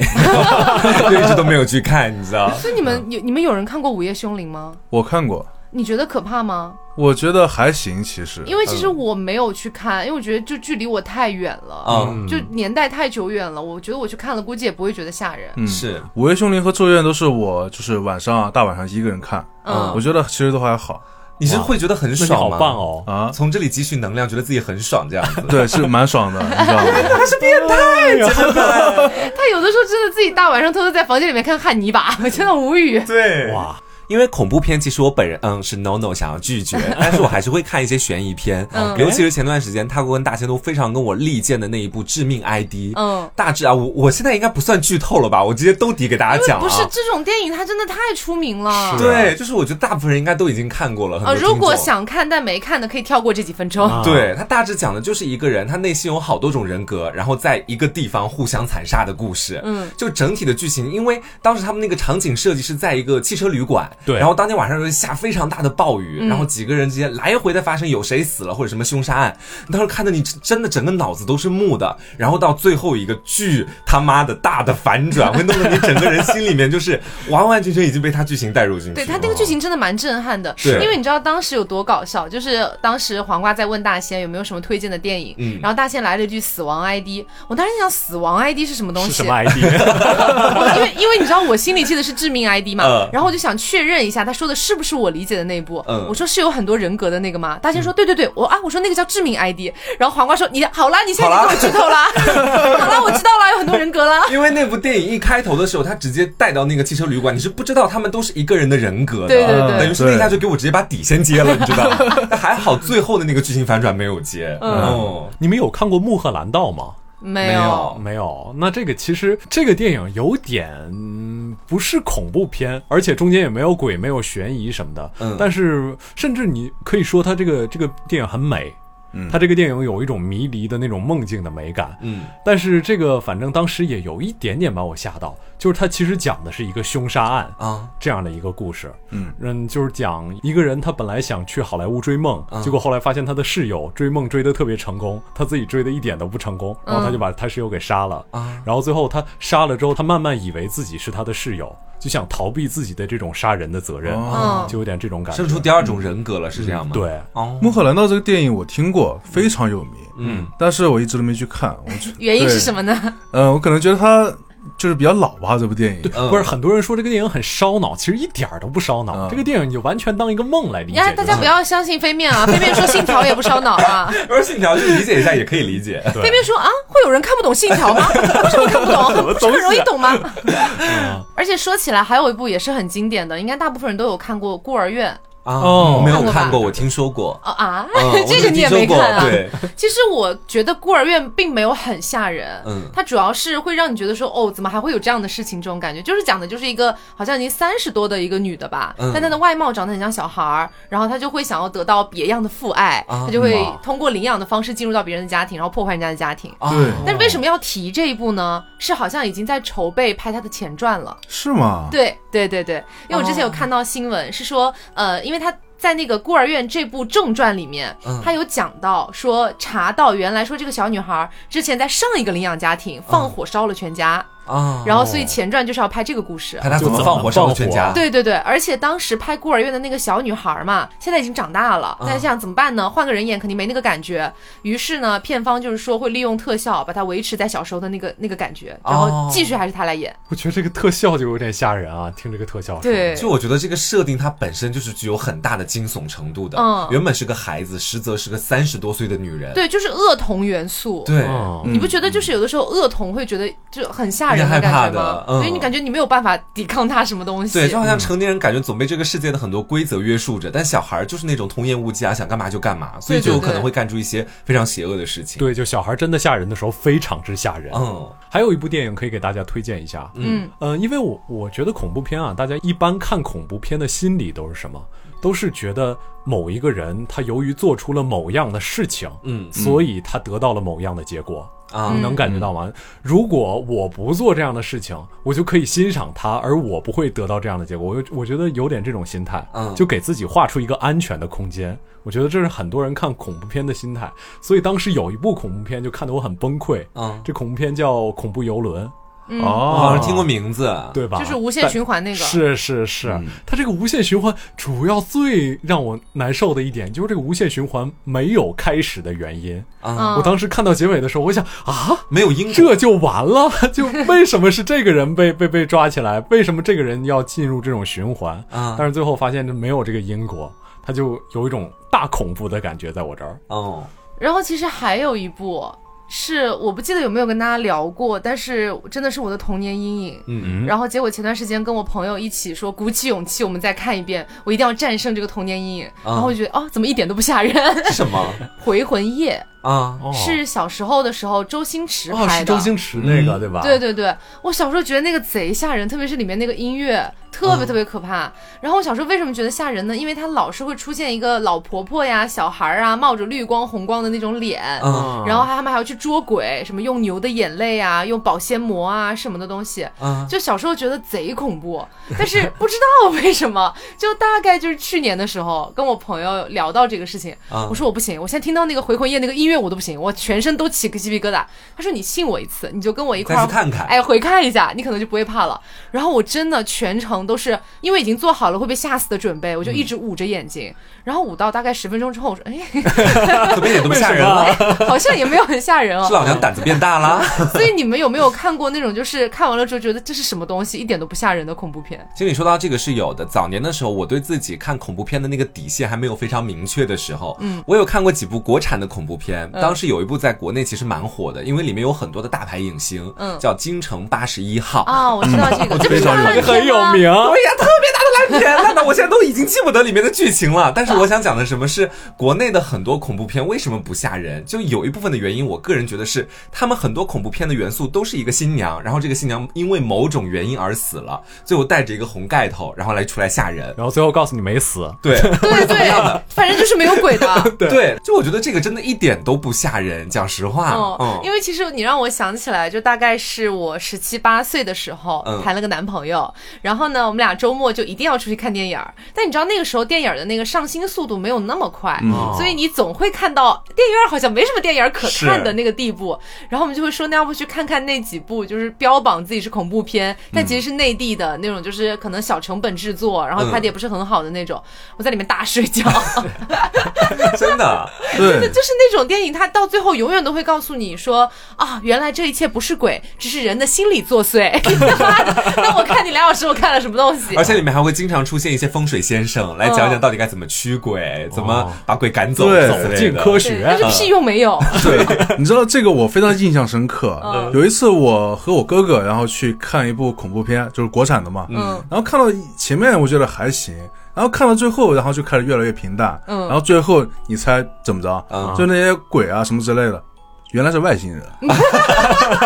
就一直都没有去看，你知道？所以你嗯们有你们有人看过《午夜凶铃》吗？我看过，你觉得可怕吗？我觉得还行，其实因为其实嗯我没有去看，因为我觉得就距离我太远了，嗯，就年代太久远了。我觉得我去看了，估计也不会觉得吓人。嗯是《午夜凶铃》和《咒怨》都是我就是晚上啊大晚上一个人看，嗯我觉得其实都还好你是会觉得很那你好爽吗？棒！哦！啊，从这里汲取能量，觉得自己很爽这样 子。对，是蛮爽的，你知道吗？他有的时候真的自己大晚上偷偷在房间里面看汉尼拔， 我真的无语。对，哇，因为恐怖片，其实我本人嗯是 no no 想要 拒绝，但是我还是会看一些悬疑片， 嗯尤其是前段时间他跟大仙都非常跟我力荐的那一部《致 命 ID》，嗯，大致啊，我我现在应该不算剧透了吧？我直接兜底给大家讲啊，哦不是这种电影，它真的太出名了是对，就是我觉得大部分人应该都已经看过了，很啊！多听众如果。想看但没看的，可以跳过这几分钟。啊对他大致讲的就是一个人，他内心有好多种人格，然后在一个地方互相残杀的故事。嗯，就整体的剧情，因为当时他们那个场景设计是在一个汽车旅馆，对然后当天晚上又下非常大的暴雨，嗯然后几个人之间来回的发生有谁死了或者什么凶杀案，当时看的你真的整个脑子都是木的，然后到最后一个巨他妈的大的反转，会弄得你整个人心里面就是完完全全已经被他剧情带入进去了。对他那个剧情真的蛮震撼的，是因为你知道当时有多搞笑，就是当时黄瓜在问大仙有没有什么推荐的电影，嗯然后大仙来了一句“死亡 ID”，我当时想死亡 ID 是什么东西？是 什么 ID？ 我 因为因为你知道我心里记得是致命 ID 嘛，嗯然后我就想确认一下他说的是不是我理解的那一部。嗯我说是有很多人格的那个吗？大仙说、对对对，我啊我说那个叫致命 ID，然后黄瓜说你好啦，你现在好已啦经给我剧透 啦，好啦，我知道啦，有很多人格啦。因为那部电影一开头的时候，他直接带到那个汽车旅馆，你是不知道他们都是一个人的人格的，啊对对对等于是那一下就给我直接把底先揭了，你知 道？嗯但还好最后的那个剧情反转没有揭。哦，你们有看过《穆赫兰道》吗？没没有有，没有，那这个其实这个电影有点嗯不是恐怖片，而且中间也没有鬼，没有悬疑什么的。嗯但是甚至你可以说它这个这个电影很美，嗯它这个电影有一种迷离的那种梦境的美感。嗯但是这个反正当时也有一点点把我吓到，就是它其实讲的是一个凶杀案啊这样的一个故事。嗯嗯，就是讲一个人，他本来想去好莱坞追梦，嗯结果后来发现他的室友追梦追得特别成功，他自己追的一点都不成功，然后他就把他室友给杀了。嗯啊然后最后他杀了之后，他慢慢以为自己是他的室友，就想逃避自己的这种杀人的责任，哦嗯就有点这种感觉生。出第二种人格了，是这样 吗？，对，哦，穆赫兰道这个电影我听过，非常有名，嗯但是我一直都没去看。我觉 原因是对什么呢？呃，我可能觉得它就是比较老吧，这部电影。嗯不是很多人说这个电影很烧脑，其实一点儿都不烧脑。嗯这个电影你就完全当一个梦来理你解就行。看，大家不要相信飞面啊！飞面说信条也不烧脑 啊。不是信条，去理解一下也可以理解。对飞面说啊，会有人看不懂信条吗？为什么看不懂？啊不是很容易懂 吗？嗯而且说起来，还有一部也是很经典的，应该大部分人都有看过《孤儿院》 啊，哦我没有看过吧看过，我听 说过。啊啊嗯，我这个只你也听说没过看啊？对，其实我觉得《孤儿院》并没有很吓人，嗯 它主要是会让你觉得说，哦，怎么还会有这样的事情？这种感觉，就是讲的就是一个好像已经三十多的一个女的吧，嗯但她的外貌长得很像小孩儿，然后她就会想要得到别样的父爱，啊她就会妈通过领养的方式进入到别人的家庭，然后破坏人家的家庭。啊对但是为什么要提这一部呢？是好像已经在筹备拍她的前传了。是吗？对对对对，因为我之哦前有看到新闻是说，呃，因为他在那个《孤儿院》这部正传里面，嗯他有讲到说查到原来说这个小女孩之前在上一个领养家嗯庭放火烧了全家，啊？然后所以前传就是要拍这个故事。看他怎么放火烧啊了全家？对对对，而且当时拍《孤儿院》的那个小女孩嘛，现在已经长大了，嗯但是想怎么办呢？换个人演肯定没那个感觉。于是呢，片方就是说会利用特效把她维持在小时候的那个那个感觉，然后哦继续还是她来演。我觉得这个特 效就有点吓人啊！听这个特效，对，就我觉得这个设定它本身就是具有很大的惊悚程度的。嗯原本是个孩子，实则是个三十多岁的女人。对，就是恶童元素。对嗯，你不觉得就是有的时候恶童会觉得就很吓人有点害感怕觉吗的？嗯所以你感觉你没有办法抵抗他什么东西。对，就好像成年人感觉总被这个世界的很多规则约束着，但小孩儿就是那种童言无忌啊，想干嘛就干嘛，所以就有可能会干出一些非常邪恶的事情。，对，就小孩真的吓人的时候非常之吓人。嗯还有一部电影可以给大家推荐一下，嗯，呃，因为我我觉得恐怖片啊，大家一般看恐怖片的心理都是什么？都是觉得某一个人他由于做出了某样的事情，嗯所以他得到了某样的结果。啊能感觉到吗？如果我不做这样的事情，我就可以欣赏他，而我不会得到这样的结果。我我觉得有点这种心态，嗯就给自己画出一个安全的空间。我觉得这是很多人看恐怖片的心态，所以当时有一部恐怖片就看得我很崩溃。嗯，这恐怖片叫《恐怖游轮》，我好像听过名字。对吧？就是无限循环那但个。是是是，啊它这个无限循环主要最让我难受的一点就是这个无限循环没有开始的原因。啊，嗯，我当时看到结尾的时候，我想啊，没有因果。这就完了，就为什么是这个人被被被抓起来？为什么这个人要进入这种循环？啊但是最后发现这没有这个因果，他就有一种大恐怖的感觉在我这儿。哦，然后其实还有一部是我不记得有没有跟大家聊过，但是真的是我的童年阴影。嗯然后结果前段时间跟我朋友一起说，鼓起勇气我们再看一遍，我一定要战胜这个童年阴影。然后我就觉得哦，怎么一点都不吓人？ 是什么回魂夜啊？哦是小时候的时候周星驰哦，拍是的。周星驰那个、嗯对吧？对对对，我小时候觉得那个贼吓人，特别是里面那个音乐，特嗯别特别可怕。然后我小时候为什么觉得吓人呢？因为它老是会出现一个老婆婆呀、小孩儿啊，冒着绿光红光的那种脸，嗯啊然后他们还要去捉鬼，什么用牛的眼泪啊，用保鲜膜啊什么的东西。啊，就小时候觉得贼恐怖，但是不知道为什么， 就大概就是去年的时候跟我朋友聊到这个事情，啊我说我不行，我现在听到那个回魂夜那个音乐我都不行，我全身都起个鸡皮疙瘩。他说你信我一次，你就跟我一块再儿去看看哎，回看一下，你可能就不会怕了。然后我真的全程都是因为已经做好了会被吓死的准备，我就一直捂着眼睛，然后捂到大概十分钟之后，我说哎， 怎么一点都不吓 人了？好像也没有很吓人哦是。老娘胆子变大啦？所以你们有没有看过那种就是看完了之后觉得这是什么东西，一点都不吓人的恐怖片？其实你说到这个是有的。早年的时候，我对自己看恐怖片的那个底线还没有非常明确的时候，嗯，我有看过几部国产的恐怖片，员，当时有一部在国内其实蛮火的，因为里面有很多的大牌影星，嗯叫《京城八十一号》啊，我知道这个，这不是非常有烂这片很有吗名。对呀，特别大的烂片，烂到我现在都已经记不得里面的剧情了。但啊是我想讲的什么是国内的很多恐怖片为什么不吓人？就有一部分的原因，我个人觉得是他们很多恐怖片的元素都是一个新娘，然后这个新娘因为某种原因而死了，最后带着一个红盖头，然后来出来吓人。然后最后告诉你没死， 对，对对，反正就是没有鬼的。对就我觉得这个真的一点都不吓人，讲实话，哦，因嗯，为其实你让我想起来，就大概是我十七八岁的时候嗯谈了个男朋友，然后呢，我们俩周末就一定要出去看电影儿。但你知道那个时候电影儿的那个上新速度没有那么快，哦所以你总会看到电影院好像没什么电影儿可看的是那个地步。然后我们就会说，那要不去看看那几部就是标榜自己是恐怖片，嗯但其实是内地的那种，就是可能小成本制作，然后嗯拍的也不是很好的那种。我在里面大睡觉。真的， 对，就是那种电影，它到最后永远都会告诉你说啊，原来这一切不是鬼，只是人的心理作祟。 妈的那我看你俩小时，我看了什么东西？而且里面还会经常出现一些风水先生来讲讲到底该怎么驱鬼，怎么把鬼赶走，对走进科学。对，学但。是屁用没有。你知道这个我非常印象深刻。嗯有一次我和我哥哥，然后去看一部恐怖片，就是国产的嘛。嗯然后看到前面我觉得还行，然后看到最后，然后就开始越来越平淡。嗯然后最后你猜怎么着？嗯就那些鬼啊什么之类的，原来是外星人。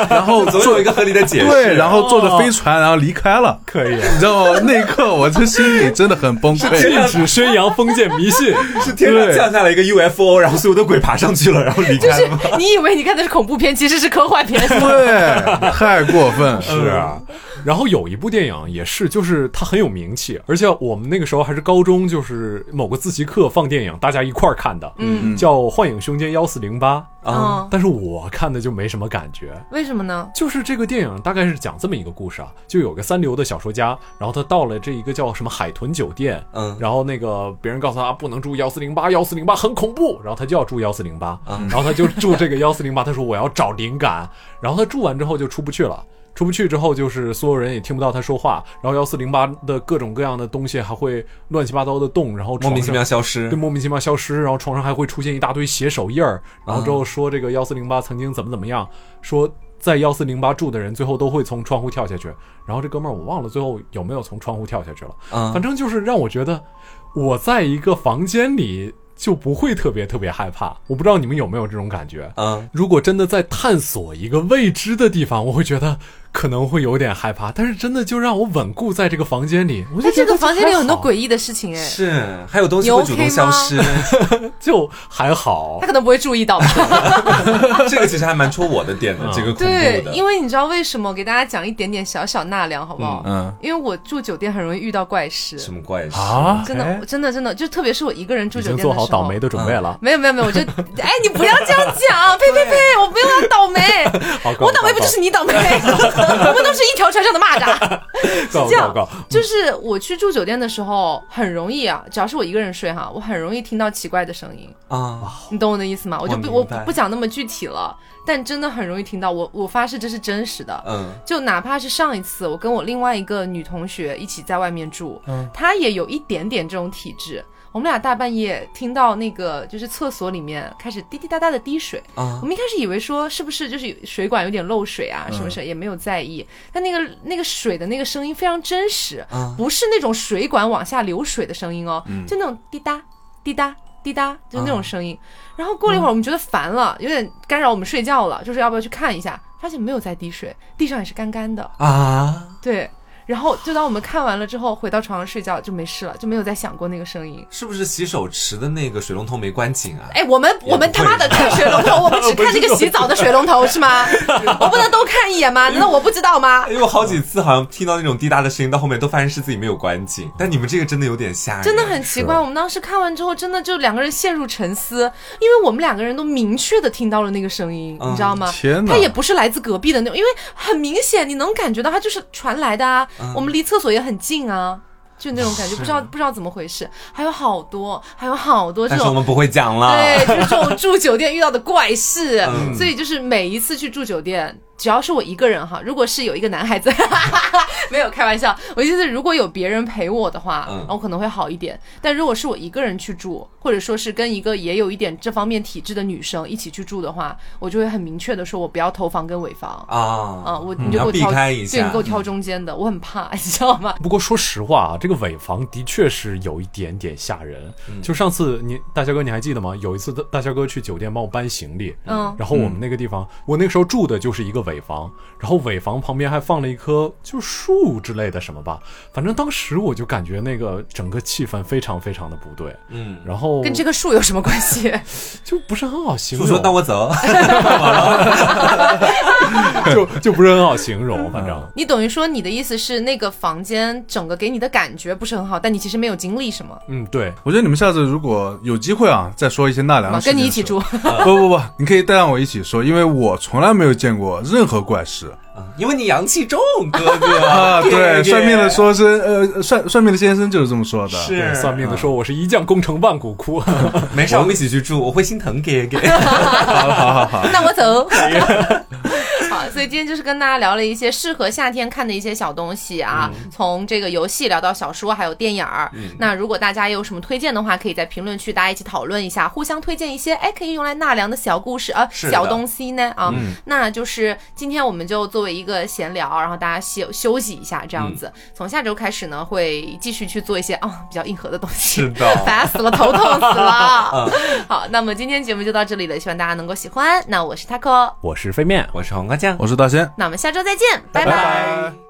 然后总有坐一个合理的解释。对，然后坐着飞船，然后离开了。可以，啊你知道吗？那一刻我这心里真的很崩溃。禁止宣扬封建迷 信。是天上降下来一个 UFO，然后所有的鬼爬上去了，然后离就开是了吗。嗯你以为你看的是恐怖片，其实是科幻片。对，太过分。是啊，然后有一部电影也是，就是它很有名气，而且我们那个时候还是高中，就是某个自习课放电影，大家一块儿看的，嗯叫《幻影凶间幺四零八》啊，嗯，但是我看的就没什么感觉。为什么呢？就是这个电影大概是讲这么一个故事啊，就有个三流的小说家，然后他到了这一个叫什么海豚酒店，嗯然后那个别人告诉他啊不能住幺四零八，幺四零八很恐怖，然后他就要住幺四零八，嗯然后他就住这个幺四零八，他说我要找灵感，然后他住完之后就出不去了。出不去之后，就是所有人也听不到他说话，然后幺四零八的各种各样的东西还会乱七八糟的动，然后莫名床其上妙消失对，。莫名其妙消失，然后床上还会出现一大堆血手印儿，然后之后说这个幺四零八曾经怎么怎么样，说在幺四零八住的人最后都会从窗户跳下去，然后这哥们儿我忘了最后有没有从窗户跳下去了，嗯反正就是让我觉得我在一个房间里就不会特别特别害怕，我不知道你们有没有这种感觉。嗯，如果真的在探索一个未知的地方，我会觉得可能会有点害怕，但是真的就让我稳固在这个房间里。我就但觉哎这得个房间里有很多还好诡异的事情哎，是，还有东西会主动消失，就还好他。可能不会注意到吧。这个其实还蛮戳我的点的，嗯这个恐对怖，的。因为你知道为什么？我给大家讲一点点小小纳凉好不好？嗯，因为我住酒店很容易遇到怪事。什么怪事？啊，真的，哎我真的，真的，就特别是我一个人住已酒店经的时候，做好倒霉的准备了。没有没有没有，我就 哎，你不要这样 讲，呸呸呸，我没有要倒霉，好，告我倒霉不就是 你倒霉？我们都是一条船上的蚂蚱。 告嗯这样告告就是我去住酒店的时候，很容易啊，只要是我一个人睡哈，我很容易听到奇怪的声音，哦啊，你懂我的意思吗？我就不我我明白不讲那么具体了，但真的很容易听到，我我发誓这是真实的。嗯就哪怕是上一次我跟我另外一个女同学一起在外面住，嗯她也有一点点这种体质。我们俩大半夜听到那个就是厕所里面开始滴滴答答的滴水，啊嗯我，们一开始以为说是不是就是有水管有点漏水啊什么什么，也没有在意。但那个那个水的那个声音非常真实，啊嗯不是那种水管往下流水的声音哦，就那种滴答滴答滴答，就那种啊声音。然后过了一会儿，我们觉得烦了，有点干扰我们睡觉了，就是要不要去看一下？发现没有在滴水，地上也是干干的，啊，对。然后就当我们看完了之后，回到床上睡觉就没事了，就没有再想过那个声音。是不是洗手池的那个水龙头没关紧啊？哎，我们我们他妈的看水龙头，我们只看那个洗澡的水龙头是吗？ 我不能都看一眼吗？难道我不知道吗？因为我哎好几次好像听到那种滴答的声音，到后面都发现是自己没有关紧。但你们这个真的有点吓人，真的很奇怪，我们当时看完之后，真的就两个人陷入沉思，因为我们两个人都明确的听到了那个声音，嗯你知道吗？天哪它也不是来自隔壁的那种，因为很明显你能感觉到它就是传来的啊。嗯我们离厕所也很近啊，就那种感觉，不知道不知道怎么回事。还有好多，还有好多这但是我种们不会讲了。嗯对，就是这种住酒店遇到的怪事，所以就是每一次去住酒店只要是我一个人哈，如果是有一个男孩子， 没有开玩笑，我意思是如果有别人陪我的话，嗯然后可能会好一点。但如果是我一个人去住，或者说是跟一个也有一点这方面体质的女生一起去住的话，我就会很明确的说，我不要头房跟尾房。啊啊，我嗯你就给要我避挑，开一对，你下给我，挑中间的，我很怕， 你知道吗？不过说实话啊，这个尾房的确是有一点点吓人。嗯就上次你大乔哥你还记得吗？有一次大大乔哥去酒店帮我搬行李，嗯然后我们那个地方，我那个时候住的就是一个尾房，然后尾房旁边还放了一棵就是树之类的什么吧，反正当时我就感觉那个整个气氛非常非常的不对，嗯，然后跟这棵树有什么关系？就不是很好形叔容，叔带 我走，就就不是很好形容，反正。你等于说你的意思是，那个房间整个给你的感觉不是很好，但你其实没有经历什么，嗯，对，我觉得你们下次如果有机会啊，再说一些纳凉嘛的事跟情的时候。你一起住，不不不，你可以带上我一起说，因为我从来没有见过任何怪事啊因为你阳气重，哥哥 啊。对，爹算命的说是呃，算算命的先生就是这么说的。是对算命的说我是一将功成万骨枯， 没事，我们一起去住，我会心疼给 给。好好好好，那我 走。好，所以今天就是跟大家聊了一些适合夏天看的一些小东西啊，嗯从这个游戏聊到小说，还有电影儿。那如果大家有什么推荐的话，可以在评论区大家一起讨论一下，互相推荐一些哎可以用来纳凉的小故事啊、是的嗯小东西呢啊。那就是今天我们就作为一个闲聊，然后大家休休息一下这嗯样子。从下周开始呢，会继续去做一些啊、比较硬核的东西。是的烦死了，头痛死 了。好，那么今天节目就到这里了，希望大家能够喜欢。那我是 taco，我是飞面，我是黄瓜酱，我是大仙，那我们下周再见，拜拜拜